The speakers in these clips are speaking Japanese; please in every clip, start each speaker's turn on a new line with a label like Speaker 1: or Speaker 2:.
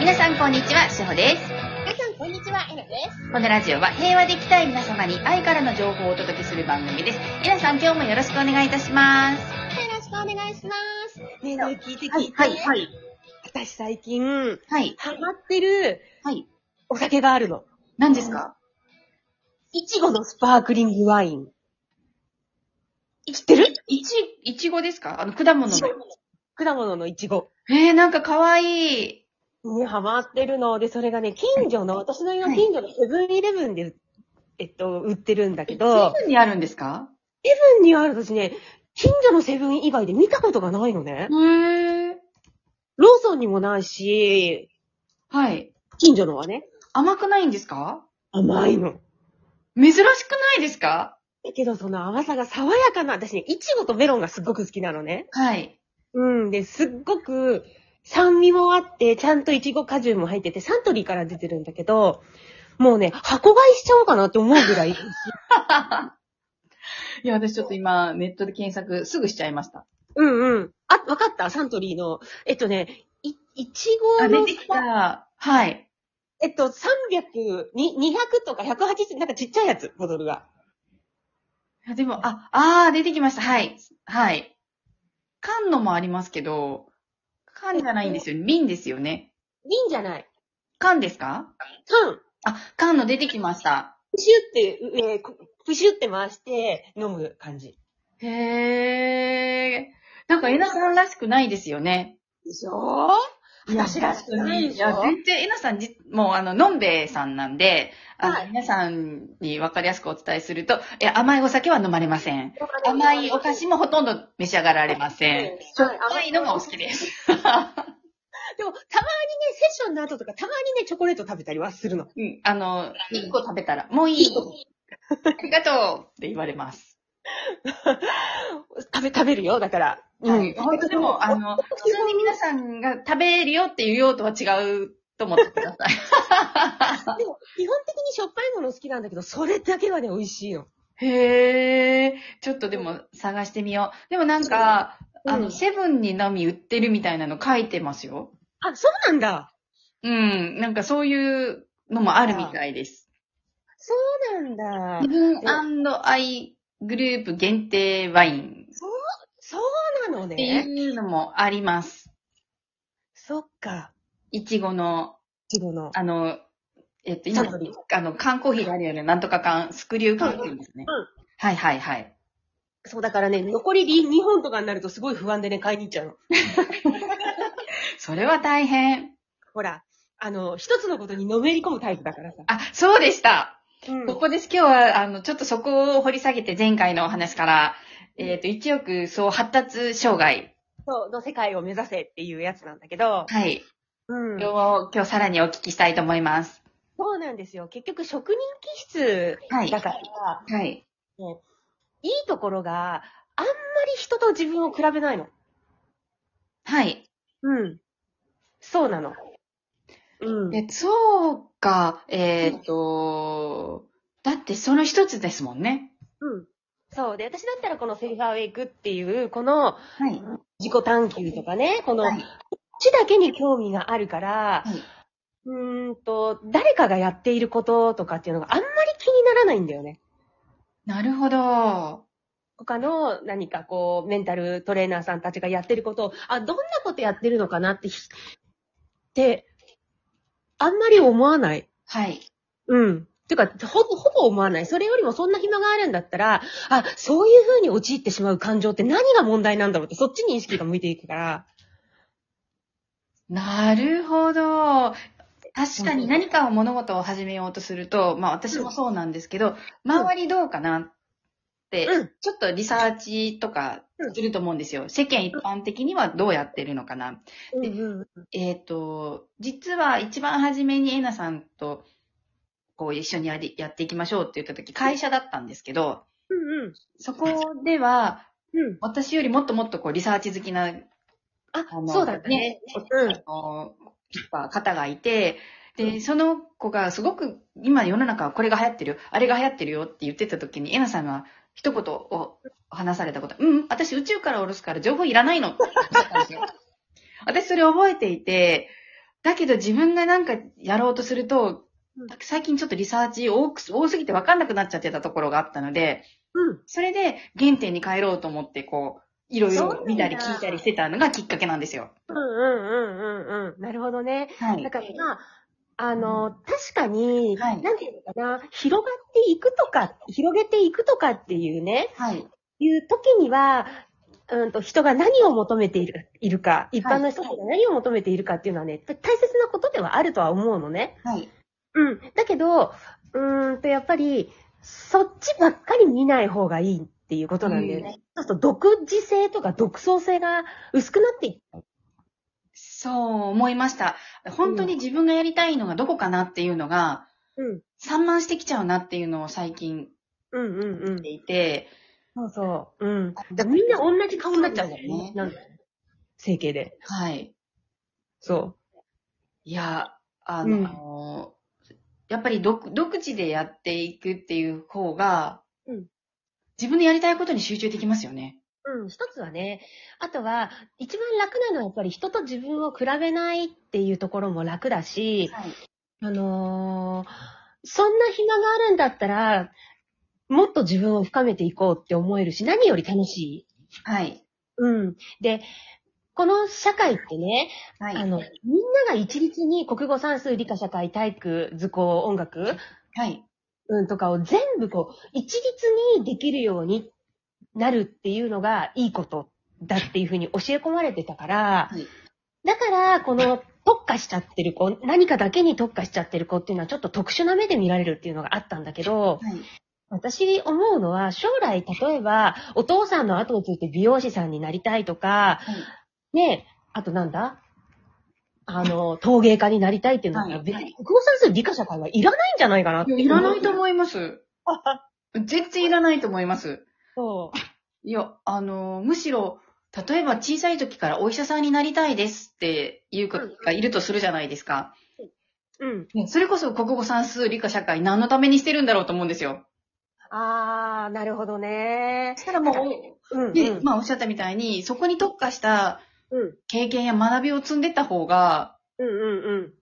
Speaker 1: 皆さんこんにちは、しほです。
Speaker 2: 皆さん、こんにちは、えなです。
Speaker 1: このラジオは平和でいきたい皆様に愛からの情報をお届けする番組です。皆さん今日もよろしくお願いいたします。
Speaker 2: よろしくお願いします。
Speaker 3: ねえねえ、聞いて聞いて。
Speaker 1: い。
Speaker 3: 私最近、
Speaker 1: はい、
Speaker 3: ハマってる
Speaker 1: はい。
Speaker 3: お酒があるの。
Speaker 1: 何ですか
Speaker 3: いちごのスパークリングワイン。
Speaker 1: 生きてるいち、いちごですかあの、果物の。
Speaker 3: 果物のいちご。
Speaker 1: えー、なんか可愛い。
Speaker 3: ね、ハマってるので、それがね、近所の、私の家の近所のセブンイレブンで、えっと、売ってるんだけ
Speaker 1: セ
Speaker 3: ど、セ
Speaker 1: ブンにあるんですか
Speaker 3: ブンにある私ね、近所のセブン以外で見たことがないのね
Speaker 1: へ。ー。
Speaker 3: ローソンにもないし、
Speaker 1: はい。
Speaker 3: 近所のはね、
Speaker 1: 甘くないんですか
Speaker 3: 甘いの。
Speaker 1: 珍しくないですか
Speaker 3: だけど、その甘さが爽やかな、私ね、いちごとメロンがすっごく好きなのね。
Speaker 1: はい。
Speaker 3: うん、で、すっごく酸味もあって、ちゃんといちご果汁も入ってて、サントリーから出てるんだけど、もうね、箱買いしちゃおうかなって思うぐ らい。
Speaker 1: いや、私ちょっと今、ネットで検索すぐしちゃいました。
Speaker 3: うんうん。あ、わかったサントリーの。えっとね、い、いちご
Speaker 1: あ、出
Speaker 3: の
Speaker 1: て、きた。はい。
Speaker 3: えっと、300、に200とか180、なんかちっちゃいやつ、ボトルが。
Speaker 1: いやでも、あ、あー、出てきました。はい。はい。缶のもありますけど、缶じゃないんですよ。瓶ですよね。
Speaker 3: 瓶じゃない。
Speaker 1: 缶ですか
Speaker 3: 缶。
Speaker 1: あ、缶の出てきました。
Speaker 3: プシュって、えーこプシュって回して飲む感じ。
Speaker 1: へえ。なんか、えなさんらしくないですよね。
Speaker 3: でしょ私らしくないでしょ
Speaker 1: や、全然、えなさんじ、もう、あの、のんべえさんなんで、あの、
Speaker 3: はい
Speaker 1: 皆さんに分かりやすくお伝えすると、え、甘いお酒は飲まれません。甘いお菓子もほとんど召し上がられません。しょっぱいのがお好きです。
Speaker 3: でも、たまにね、セッションの後とか、たまにね、チョコレート食べたりはするの。
Speaker 1: うん、あの、一個食べたら、もういい。ありがとうって言われます。
Speaker 3: 食べ、食べるよ、だから。
Speaker 1: はい本当でも、あの、普通に皆さんが食べるよっていう用途は違うと思ってください。
Speaker 3: でも、基本的にしょっぱいもの好きなんだけど、それだけがね、美味しいの。
Speaker 1: へえ、ちょっとでも探してみよう。でもなんか、あ
Speaker 3: う
Speaker 1: の、
Speaker 3: ん
Speaker 1: セブンにのみ売ってるみたいなの書いてますよ。
Speaker 3: あ、そうなんだ。
Speaker 1: うん、なんかそういうのもあるみたいです。
Speaker 3: そうなんだ
Speaker 1: セ。ブンアイグループ限定ワイン
Speaker 3: そうなの
Speaker 1: って
Speaker 3: ね。
Speaker 1: いうのもあります。
Speaker 3: そっか。
Speaker 1: いちごの、
Speaker 3: いちごの。
Speaker 1: あの、えっと、今
Speaker 3: サントリー、
Speaker 1: あの、缶コーヒーであるよね、なんとか缶、スクリュー缶って言うんですね。
Speaker 3: うん
Speaker 1: はいはいはい。
Speaker 3: そう、だからね、残り2本とかになるとすごい不安でね、買いに行っちゃうの。
Speaker 1: それは大変。
Speaker 3: ほら、あの、一つのことにのめり込むタイプだからさ。
Speaker 1: あ、そうでした。
Speaker 3: うん
Speaker 1: ここです。今日は、あの、ちょっとそこを掘り下げて、前回のお話から、えっ、と、一億総発達障害。
Speaker 3: そう、の世界を目指せっていうやつなんだけど。
Speaker 1: はい。
Speaker 3: うん
Speaker 1: これを今日さらにお聞きしたいと思います。
Speaker 3: そうなんですよ。結局、職人気質
Speaker 1: はい。
Speaker 3: だから、
Speaker 1: はい。
Speaker 3: いいところがあんまり人と自分を比べないの。
Speaker 1: はい。
Speaker 3: うん。そうなの。うん。
Speaker 1: え、そうか、えっ、と、だってその一つですもんね。
Speaker 3: うん。そう。で、私だったらこのセルフアウェイクっていう、この
Speaker 1: はい。
Speaker 3: 自己探求とかね、この、こ
Speaker 1: は
Speaker 3: っ
Speaker 1: い。
Speaker 3: ちだけに興味があるから、
Speaker 1: はいう
Speaker 3: ーんと、誰かがやっていることとかっていうのがあんまり気にならないんだよね。
Speaker 1: なるほど。
Speaker 3: 他の何かこう、メンタルトレーナーさんたちがやってることを、あ、どんなことやってるのかなってひ、って、あんまり思わない。
Speaker 1: はい。
Speaker 3: うん。てか、ほぼ、ほぼ思わない。それよりもそんな暇があるんだったら、あ、そういう風に陥ってしまう感情って何が問題なんだろうって、そっちに意識が向いていくから。
Speaker 1: なるほど。確かに
Speaker 3: うん
Speaker 1: 何かを物事を始めようとすると、まあ私もそうなんですけど、周りどうかなって、
Speaker 3: うん
Speaker 1: ちょっとリサーチとかすると思うんですよ。世間一般的にはどうやってるのかな。
Speaker 3: うんん。
Speaker 1: えっ、と、実は一番初めにえなさんと、こう一緒にやりやっていきましょうって言った時、会社だったんですけど、
Speaker 3: うん。
Speaker 1: そこでは、
Speaker 3: うん。
Speaker 1: 私よりもっともっとこうリサーチ好きな
Speaker 3: あ
Speaker 1: あ、の
Speaker 3: そうだね。うん。
Speaker 1: あの、やっぱ方がいて、で、その子がすごく、今世の中はこれが流行ってるよ、あれが流行ってるよって言ってた時に、エナさんが一言を話されたこと、うん、私宇 宙から降ろすから情報いらないのって言ったんですよ。私それ覚えていて、だけど自分がなんかやろうとすると
Speaker 3: うん、
Speaker 1: 最近ちょっとリサーチ多く、多すぎて分かんなくなっちゃってたところがあったので、
Speaker 3: うん。
Speaker 1: それで原点に帰ろうと思って、こう、いろい
Speaker 3: そうなん
Speaker 1: ろ
Speaker 3: だ
Speaker 1: 見たり聞いたりしてたのがきっかけなんですよ。
Speaker 3: うんうんうんうんうん。なるほどね。
Speaker 1: は
Speaker 3: だ
Speaker 1: い。
Speaker 3: から、まあ、あの、確かに、
Speaker 1: はい
Speaker 3: なんていうのかな、広がっていくとか、広げていくとかっていうね、
Speaker 1: はい。
Speaker 3: いう時には、うんと、人が何を求めているか、いるか、一般の人が何を求めているかっていうのはね、大切なことではあるとは思うのね。
Speaker 1: はい。
Speaker 3: うん。だけど、うーんと、やっぱり、そっちばっかり見ない方がいいっていうことなんだよね。そうすると、独自性とか独創性が薄くなっていっ
Speaker 1: そう思いました。本当に自分がやりたいのがどこかなっていうのが、
Speaker 3: うん。
Speaker 1: 散漫してきちゃうなっていうのを最近
Speaker 3: うんうんうん
Speaker 1: で。いて、
Speaker 3: そうそう。うん。
Speaker 1: だ
Speaker 3: みんな同じ顔になっちゃうんだよ
Speaker 1: そうですね。
Speaker 3: ねなんか整形で。
Speaker 1: はい。
Speaker 3: そ
Speaker 1: いや、あの、やっぱり独独自でやっていくっていう方が、
Speaker 3: うん
Speaker 1: 自分でやりたいことに集中できますよね。
Speaker 3: う。うん、一つはね、あとは、一番楽なのはやっぱり人と自分を比べないっていうところも楽だし、
Speaker 1: はい。
Speaker 3: あのーそんな暇があるんだったら、もっと自分を深めていこうって思えるし、何より楽しい。
Speaker 1: はい。
Speaker 3: うん。で、この社会ってね、
Speaker 1: は
Speaker 3: あ
Speaker 1: い。
Speaker 3: の、みんなが一律に国語算数理科社会体育図工音楽、
Speaker 1: はい。
Speaker 3: うん、とかを全部こう、一律にできるようになるっていうのがいいことだっていうふうに教え込まれてたから、
Speaker 1: はい
Speaker 3: だから、この特化しちゃってる子、何かだけに特化しちゃってる子っていうのはちょっと特殊な目で見られるっていうのがあったんだけど、
Speaker 1: はい。
Speaker 3: 私思うのは将来例えばお父さんの後をついて美容師さんになりたいとか、
Speaker 1: はい
Speaker 3: ねえ、あとなんだあの、陶芸家になりたいっていうのは、
Speaker 1: はいはい
Speaker 3: 別に国語算数理科社会はいらないんじゃないかなって。
Speaker 1: いやいらないと思います。 全然いらないと思います。
Speaker 3: そう。
Speaker 1: いや、あの、むしろ、例えば小さい時からお医者さんになりたいですっていう子がいるとするじゃないですか。
Speaker 3: うん。
Speaker 1: ねそれこそ国語算数理科社会何のためにしてるんだろうと思うんですよ。
Speaker 3: あー、なるほどね
Speaker 1: そ。したらもう、
Speaker 3: うん、うん。
Speaker 1: で、まあおっしゃったみたいに、そこに特化した
Speaker 3: うん。
Speaker 1: 経験や学びを積んでった方が、
Speaker 3: うんうんうん。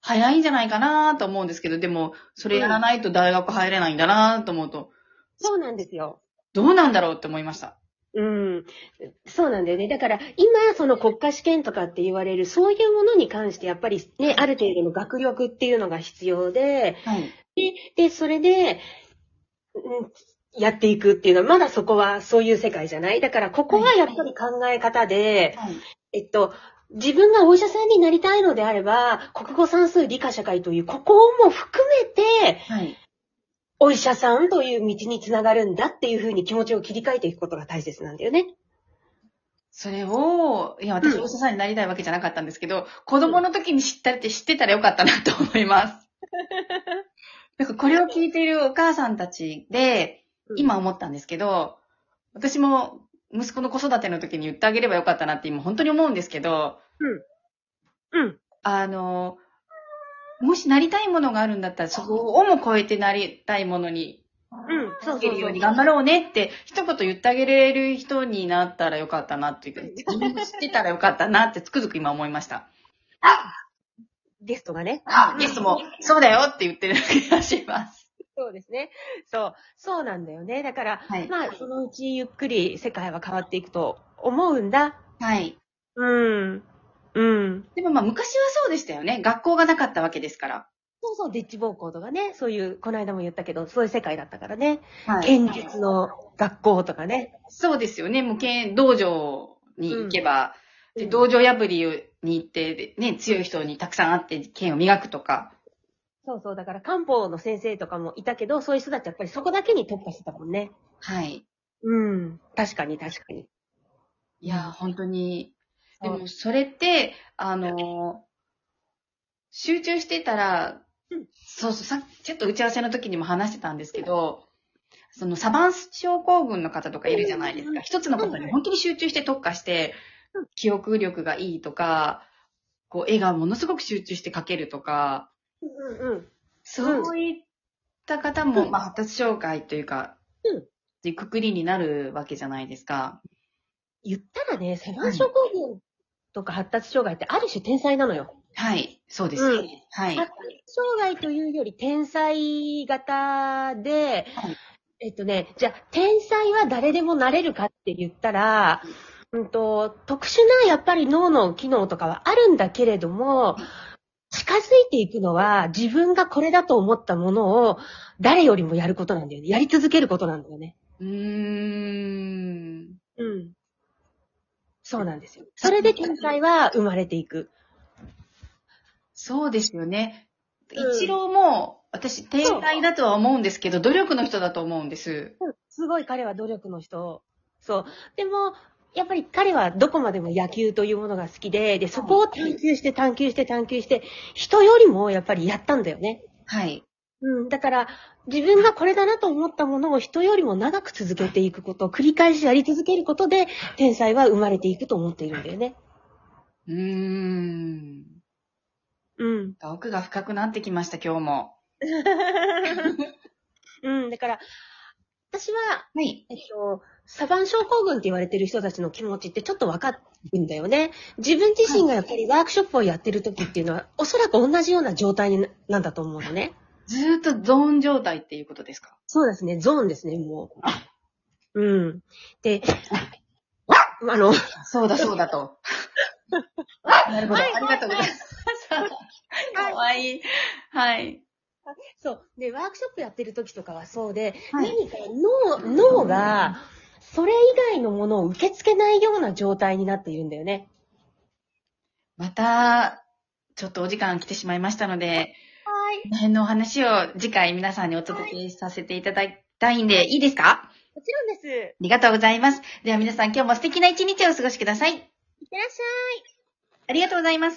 Speaker 1: 早いんじゃないかなと思うんですけど、でも、それやらないと大学入れないんだなと思うと、
Speaker 3: そうなんですよ。
Speaker 1: どうなんだろうって思いました。
Speaker 3: うん。そうなんだよね。だから、今、その国家試験とかって言われる、そういうものに関して、やっぱりね、ある程度の学力っていうのが必要で、
Speaker 1: はい。
Speaker 3: で、でそれで、うん、やっていくっていうのは、まだそこはそういう世界じゃない。だから、ここがやっぱり考え方で、
Speaker 1: はい。
Speaker 3: えっと、自分がお医者さんになりたいのであれば、国語算数理科社会という、ここも含めて、
Speaker 1: はい。
Speaker 3: お医者さんという道につながるんだっていうふうに気持ちを切り替えていくことが大切なんだよね。
Speaker 1: それを、いや、私
Speaker 3: うん
Speaker 1: お医者さんになりたいわけじゃなかったんですけど、子供の時に知ったって知ってたらよかったなと思い ます。なんかこれを聞いているお母さんたちで、今思ったんですけど、私も息子の子育ての時に言ってあげればよかったなって今本当に思うんですけど、
Speaker 3: うん。
Speaker 1: あの、もしなりたいものがあるんだったら、そこをも超えてなりたいものに、
Speaker 3: うん。そ
Speaker 1: つ
Speaker 3: う
Speaker 1: け
Speaker 3: そう
Speaker 1: るよ
Speaker 3: そうう
Speaker 1: に。頑張ろうねって、一言言ってあげれる人になったらよかったなっていうか、自分が知ってたらよかったなってつくづく今思いました。
Speaker 3: ゲストがね。
Speaker 1: ゲストも、そうだよって言ってる気がします。
Speaker 3: そうですね。そう。そうなんだよね。だから、
Speaker 1: はい。
Speaker 3: まあ、そのうちゆっくり世界は変わっていくと思うんだ。
Speaker 1: はい。
Speaker 3: うん。うん。
Speaker 1: でもまあ昔はそうでしたよね。学校がなかったわけですから。
Speaker 3: そうそう、デッチ暴行とかね、そういう、この間も言ったけど、そういう世界だったからね。
Speaker 1: はい。
Speaker 3: 剣術の学校とかね。
Speaker 1: そうですよね。無形道場に行けば、で道場破りに行って、でね、強い人にたくさん会って剣を磨くとか。
Speaker 3: そうそう、だから漢方の先生とかもいたけど、そういう人たちはやっぱりそこだけに特化してたもんね。
Speaker 1: はい。
Speaker 3: うん。確かに確かに。
Speaker 1: いやー、本当に。で
Speaker 3: そ
Speaker 1: も、それって、あのー集中してたら
Speaker 3: うん、
Speaker 1: そうそう、さっきちょっと打ち合わせの時にも話してたんですけど、そのサバン症候群の方とかいるじゃないです
Speaker 3: うん
Speaker 1: か。一つのことに本当に集中して特化して、記憶力がいいとか、こう、絵がものすごく集中して描けるとか、
Speaker 3: うんうん。
Speaker 1: そういった方も、
Speaker 3: うん
Speaker 1: まあ、発達障害というか、
Speaker 3: うん
Speaker 1: っていうくくりになるわけじゃないですか。
Speaker 3: 言ったらね、セバン症候群とか発達障害ってある種天才なのよ。
Speaker 1: はい。そうです。
Speaker 3: うん
Speaker 1: はい。
Speaker 3: 発達障害というより天才型で、
Speaker 1: はい
Speaker 3: えっとね、じゃあ天才は誰でもなれるかって言ったら、うんと、特殊なやっぱり脳の機能とかはあるんだけれども、近づいていくのは自分がこれだと思ったものを誰よりもやることなんだよね。やり続けることなんだよね。
Speaker 1: うーん。
Speaker 3: うん。そうなんですよ。それで天才は生まれていく。
Speaker 1: そうですよね。
Speaker 3: うん
Speaker 1: 一郎も、私、天才だとは思うんですけど、努力の人だと思うんです。
Speaker 3: すごい彼は努力の人。そう。でも、やっぱり彼はどこまでも野球というものが好きで、で、そこを探求して探求して探求して、人よりもやっぱりやったんだよね。
Speaker 1: はい。
Speaker 3: うん。だから、自分がこれだなと思ったものを人よりも長く続けていくこと、繰り返しやり続けることで、天才は生まれていくと思っているんだよね。
Speaker 1: うーん。
Speaker 3: うん。
Speaker 1: 奥が深くなってきました、今日も。
Speaker 3: うん。だから、私は、
Speaker 1: はい。
Speaker 3: えっと、サバン症候群って言われてる人たちの気持ちってちょっと分かるんだよね。自分自身がやっぱりワークショップをやってる時っていうのは、おそらく同じような状態にななんだと思うのね。
Speaker 1: ずーっとゾーン状態っていうことですか
Speaker 3: そうですね、ゾーンですね、もう。うん。で、 あの、
Speaker 1: そうだ、そうだ と。なるほど。
Speaker 3: はい
Speaker 1: ありがとうございます。かわいい。はい。
Speaker 3: そう。で、ワークショップやってる時とかはそうで、
Speaker 1: はい
Speaker 3: 何か脳、脳が、それ以外のものを受け付けないような状態になっているんだよね。
Speaker 1: また、ちょっとお時間来てしまいましたので、
Speaker 2: はい。
Speaker 1: この辺のお話を次回皆さんにお届けさせていただきたいんで、いいですか
Speaker 3: もちろんです。
Speaker 1: ありがとうございます。では皆さん今日も素敵な一日をお過ごしください。
Speaker 2: いってらっしゃい。
Speaker 1: ありがとうございます。